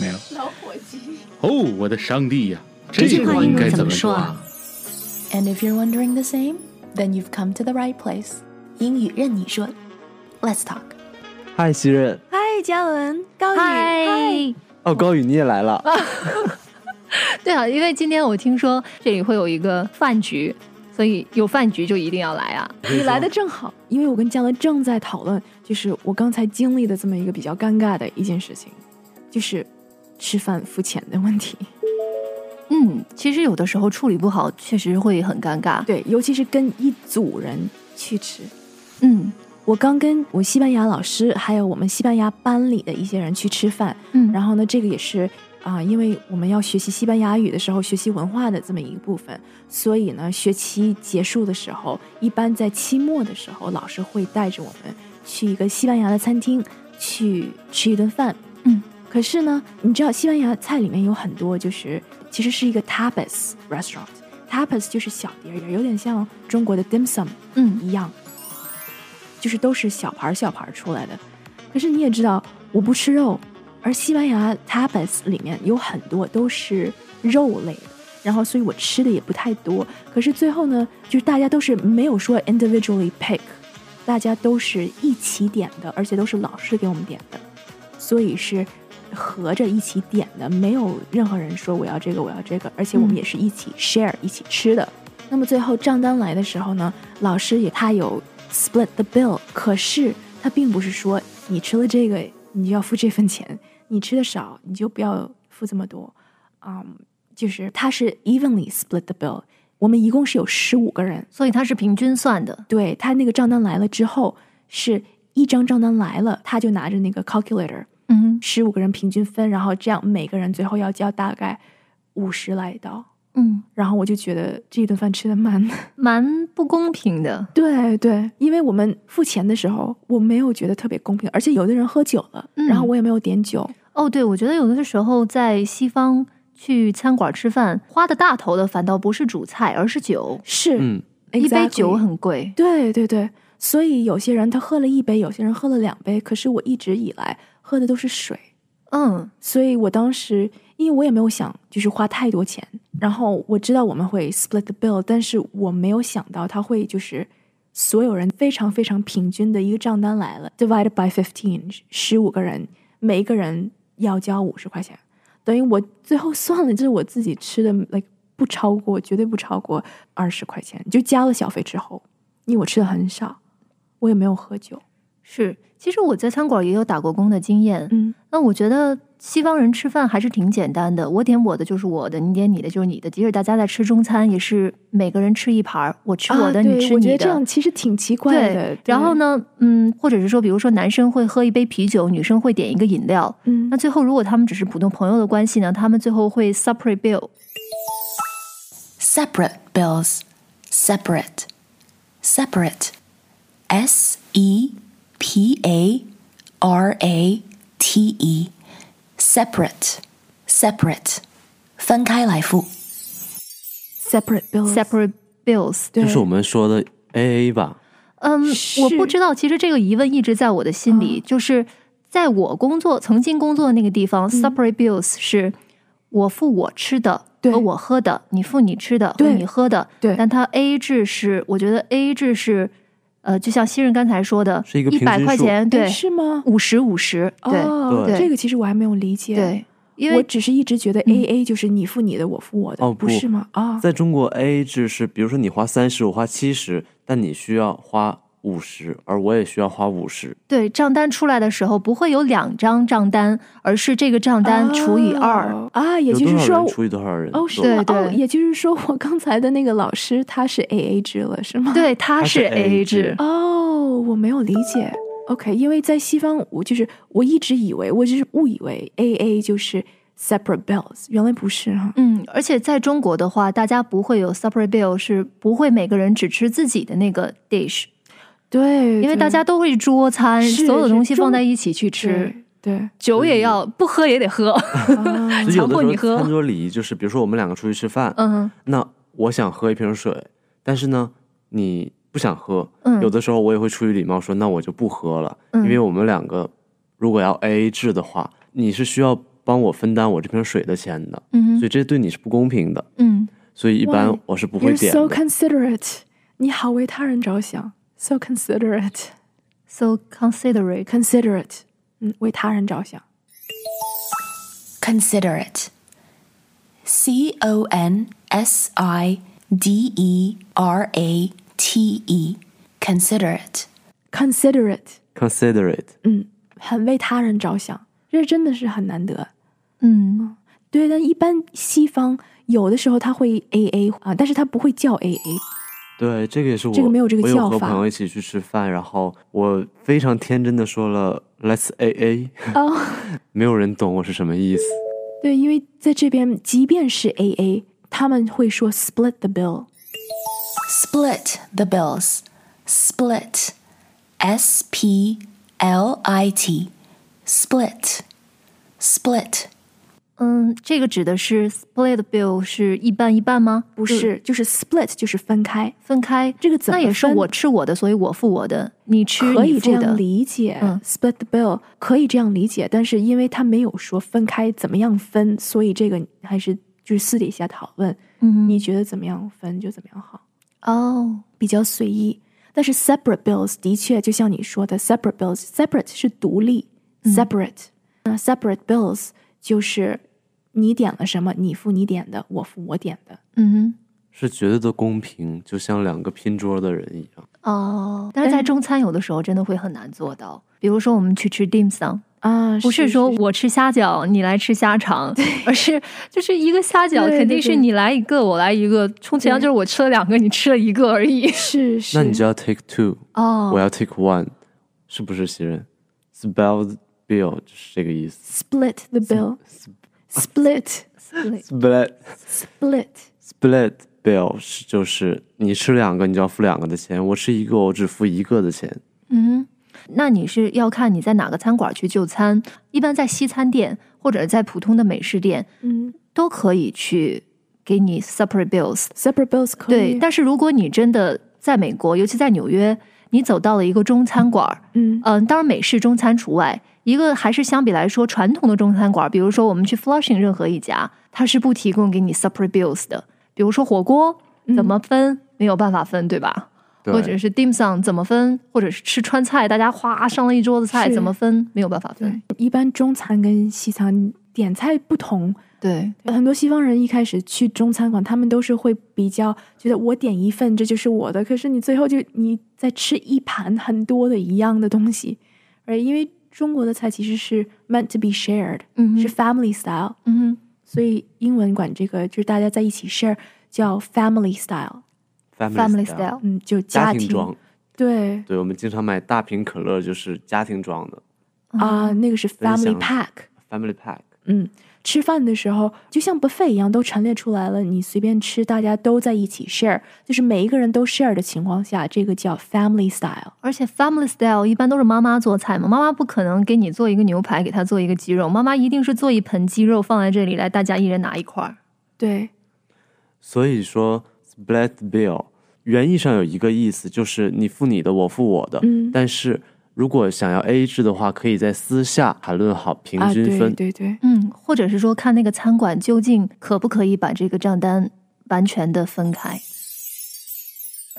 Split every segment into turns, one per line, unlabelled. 没有。
老伙计。
哦，我的上帝呀、
这句话
个应
英
该
文怎么
么
说
啊
啊？
And if you're wondering the same, then you've come to the right place. 英语任你说，Let's talk。
嗨，徐任，
嗨，嘉文，高宇，
嗨，
哦，高宇你也来了，
对啊，因为今天我听说这里会有一个饭局，所以有饭局就一定要来啊。
你来的正好，因为我跟嘉文正在讨论，就是我刚才经历的这么一个比较尴尬的一件事情，就是吃饭付钱的问题。
嗯，其实有的时候处理不好，确实会很尴尬。
对，尤其是跟一组人去吃。
嗯
我刚跟我西班牙老师，还有我们西班牙班里的一些人去吃饭，
嗯，
然
后
后呢，这个也是啊、因为我们要学习西班牙语的时候，学习文化的这么一个部分，所以呢，学期结束的时候，一般在期末的时候，老师会带着我们去一个西班牙的餐厅去吃一顿饭。
嗯，
可是呢，你知道西班牙菜里面有很多，就是其实是一个 tapas restaurant。tapas 就是小碟儿，也有点像中国的 dim sum，
嗯
一样，就是都是小盘儿小盘儿出来的。可是你也知道，我不吃肉，而西班牙 tapas 里面有很多都是肉类的，然后所以我吃的也不太多。可是最后呢，就是大家都是没有说 individually pick，大家都是一起点的，而且都是老师给我们点的，所以是。合着一起点的，没有任何人说我要这个，我要这个，而且我们
嗯
也是一起 share、一起吃的。那么最后账单来的时候呢，老师也他有 split the bill，可是他并不是说你吃了这个你就要付这份钱，你吃的少你就不要付这么多，嗯，就是他是 evenly split the bill。我们一共是有十五个人，
所以它是平均算的。
对他那个账单来了之后，是一张账单来了，他就拿着那个 calculator，
嗯
十五个人平均分，然后这样每个人最后要交大概五十来刀。
嗯，
然后我就觉得这一顿饭吃的慢。
蛮不公平的。
对对，因为我们付钱的时候，我没有觉得特别公平，而且有的人喝酒了，
嗯
然后我也没有点酒，
哦，对，我觉得有的时候在西方去餐馆吃饭，花的大头的反倒不是主菜，而是酒。
是、
嗯，
一杯
exactly
酒很贵。
对对对，所以有些人他喝了一杯，有些人喝了两杯，可是我一直以来喝的都是水，
嗯
所以我当时因为我也没有想就是花太多钱，然后我知道我们会 split the bill，但是我没有想到他会就是所有人非常非常平均的一个账单来了，divided by fifteen，十五个人，每一个人要交五十块钱，等于我最后算了，就是我自己吃的 like 不超过，绝对不超过二十块钱，就加了小费之后，因为我吃的很少，我也没有喝酒，
是，其实我在餐馆也有打过工的经验。
嗯，
那我觉得西方人吃饭还是挺简单的，我点我的就是我的，你点你的就是你的。即使大家在吃中餐，也是每个人吃一盘儿，我吃我的，
啊、
你
对
吃
我觉得
你
这
的
样。其实挺奇怪的
对，，然后
对？
呢，嗯，或者是说，比如说男生会喝一杯啤酒，女生会点一个饮料。
嗯，
那最后如果他们只是普通朋友的关系呢，他们最后会 separate bill。
Separate bills. Separate. Separate. S E P A R A T E. Separate. Separate. 分开来付。
separate bills。
separate bills。
对
就是我们说的 A A 吧，
嗯，
是
我不知道，其实这个疑问一直在我的心里，就是在我工作曾经工作的那个地方、s u p p e r bills 是我付我吃的
对
和我喝的，你付你吃的和
对
你喝的，
对
但它 A A 制是，我觉得 A A 制是，呃，就像新任刚才说的，
是一个平均
百块
数
钱，对，
是吗？
五十五十，对、
哦，
对
这个其实我还没有理解。
对，，因为嗯
我只是一直觉得 A A 就是你付你的，我付我的，
哦
不
不
是吗？啊，
在中国 A A 制是，比如说你花三十，我花七十，但你需要花五十，而我也需要花五十，
对账单出来的时候不会有两张账单，而是这个账单除以二、
哦啊，也
有
就
多
是
少
说
人，除以多少人
哦，
做，
是吗？
对
哦，
对
也就是说，我刚才的那个老师他是 A A 制了，是吗？，
对，它
它是
是 A
AA
A
制
制。
哦，我没有理解。 OK，因为在西方，我就是我一直以为，我就是误以为 AA 就是 separate bills，原来不是哈。
嗯，而且在中国的话，大家不会有 separate bill，是不会每个人只吃自己的那个 dish，
对，
因为
对
大家都会桌餐，
是
所有的
是
东西放
中
在一起去吃，
对， 嗯
酒也要不喝也得喝。
对啊
所以有的
强迫你
时候
喝
餐桌礼仪就是，比如说我们两个出去吃饭，
嗯
那我想喝一瓶水，但是呢，你不想喝，
嗯
有的时候我也会出于礼貌说，那我就不喝了，
嗯
因为我们两个如果要 A A 制的话，你是需要帮我分担我这瓶水的钱的，
嗯
所
哼
以这对你是不公平的，
嗯，
所以一般
哇
我是不会
，You're
点
so
的。
considerate，你好为他人着想，so considerate，considerate，
so considerate。
嗯，为他人着想。
Considerate. C O N S I D E R A T E. Considerate.
Considerate，
Considerate，
嗯，很为他人着想，这真的是很难得。
嗯
对，但一般西方有的时候他会 AA 啊，但是他不会叫 AA。
对，这个也是我
这个没有这个
我有
叫
和
法
朋友一起去吃饭，然后我非常天真的说了 Let's A A，
哦，
没有人懂我是什么意思。
对，因为在这边，即便是 AA，他们会说 split the bill。
Split the bills. Split. S P L I T. Split. Split.
嗯，这个指的是 split bill 是一半一半吗？
不是，
嗯
就是 split 就是分开，
分开，
这个怎么
那也是
分
我吃我的，所以我付我的，你吃
可以
你
这
付
样
的。
理解。
嗯
split the bill 可以这样理解，但是因为他没有说分开怎么样分，所以这个还是就是私底下讨论，
嗯
你觉得怎么样分就怎么样好，
哦，
比较随意。但是 separate bills 的确就像你说的，separate bills，separate 是独立、s
嗯
e p a r a t e 那 separate bills 就是你点了什么，你付你点的，我付我点的。
嗯
是绝对的公平，就像两个拼桌的人一样。
哼哦，但是在中餐有的时候真的会很难做到。比如说，我们去吃 dim sum，
啊，
不是说我吃虾饺，你来吃虾肠，而是就是一个虾饺
对对
肯定是
对
你来一个，我来一个，充其量
对
就是我吃了两个，你吃了一个而已。
是是，
那你就要 take two，、
哦
我要 take one，是不是袭人？Spell bill 就是这个意思。
split the bill split
Split
split
split bill 是就是你吃两个，你就要付两个的钱；我吃一个，我只付一个的钱。
嗯，那你是要看你在哪个餐馆去就餐，一般在西餐店或者在普通的美食店
嗯
都可以去给你 separate bills。
，separate bills 可以，
对，但是如果你真的在美国，尤其在纽约，你走到了一个中餐馆儿，
嗯
嗯、当然美式中餐除外，一个还是相比来说传统的中餐馆儿，比如说我们去 Flushing 任何一家，它是不提供给你 separate bills 的。比如说火锅怎么分、没有办法分，对吧？
对，
或者是 dim sum 怎么分，或者是吃川菜，大家哗上了一桌子菜
是
怎么分，没有办法分
对。，一般中餐跟西餐点菜不同，
对，
很多西方人一开始去中餐馆，他们都是会比较觉得我点一份这就是我的，可是你最后就你在吃一盘很多的一样的东西，而因为中国的菜其实是 meant to be shared，、
嗯哼
是 family style，
嗯
所以英文管这个就是大家在一起 share 叫 family style，
哼
family
，family
style，
style，
嗯，就
家
庭
庭装。
对
对，我们经常买大瓶可乐，就是家庭装的
嗯
啊、那个是
分享
family pack。
family pack。
嗯，吃饭的时候就像 buffet 一样，都陈列出来了，你随便吃，大家都在一起 share，就是每一个人都 share 的情况下，这个叫 family style。
而且 family style 一般都是妈妈做菜嘛，妈妈不可能给你做一个牛排，给她做一个鸡肉，妈妈一定是做一盆鸡肉放在这里，来大家一人拿一块儿。
对，
所以说 split bill 原意上有一个意思，就是你付你的，我付我的。
嗯
但是如果想要 A A 制的话，可以在私下谈论好平
啊，
均分。
对对对，
嗯，或者是说看那个餐馆究竟可不可以把这个账单完全的分开。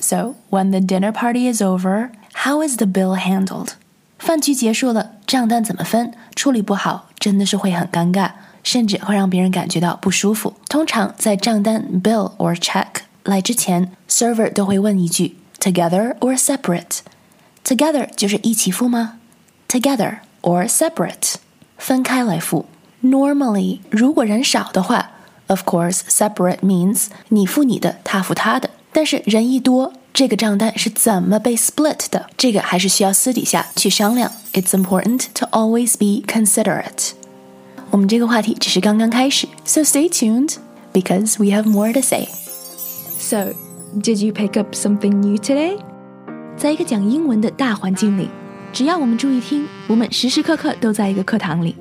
So, when the dinner party is over, how is the bill handled? 饭局结束了，账单怎么分？处理不好真的是会很尴尬，甚至会让别人感觉到不舒服。通常在账单 bill or check 来之前，server 都会问一句 together or separate。Together 就是一起付吗？Together or separate，分开来付。Normally，如果人少的话，Of course, separate means 你付你的，他付他的。但是人一多
这个账单是怎么被 split 的，这个还是需要私底下去商量。It's important to always be considerate。我们这个话题只是刚刚开始，so stay tuned because we have more to say。
So, did you pick up something new today? 在一个讲英文的大环境里，只要我们注意听，我们时时刻刻都在一个课堂里。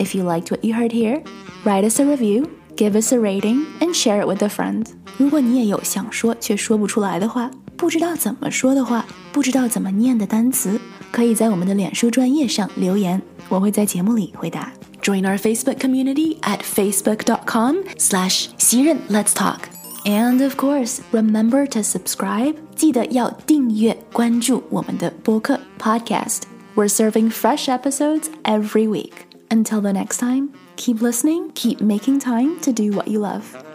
If you liked what you heard here, write us a review, give us a rating, and share it with a friend. 如果你也有想说却说不出来的话，不知道怎么说的话，不知道怎么念的单词，可以在我们的脸书专业上留言，我会在节目里回答。Join our Facebook community at facebook.com slash 西任 Let's Talk. And of course, remember to subscribe. 记得要订阅关注我们的播客 podcast. We're serving fresh episodes every week. Until the next time, keep listening, keep making time to do what you love.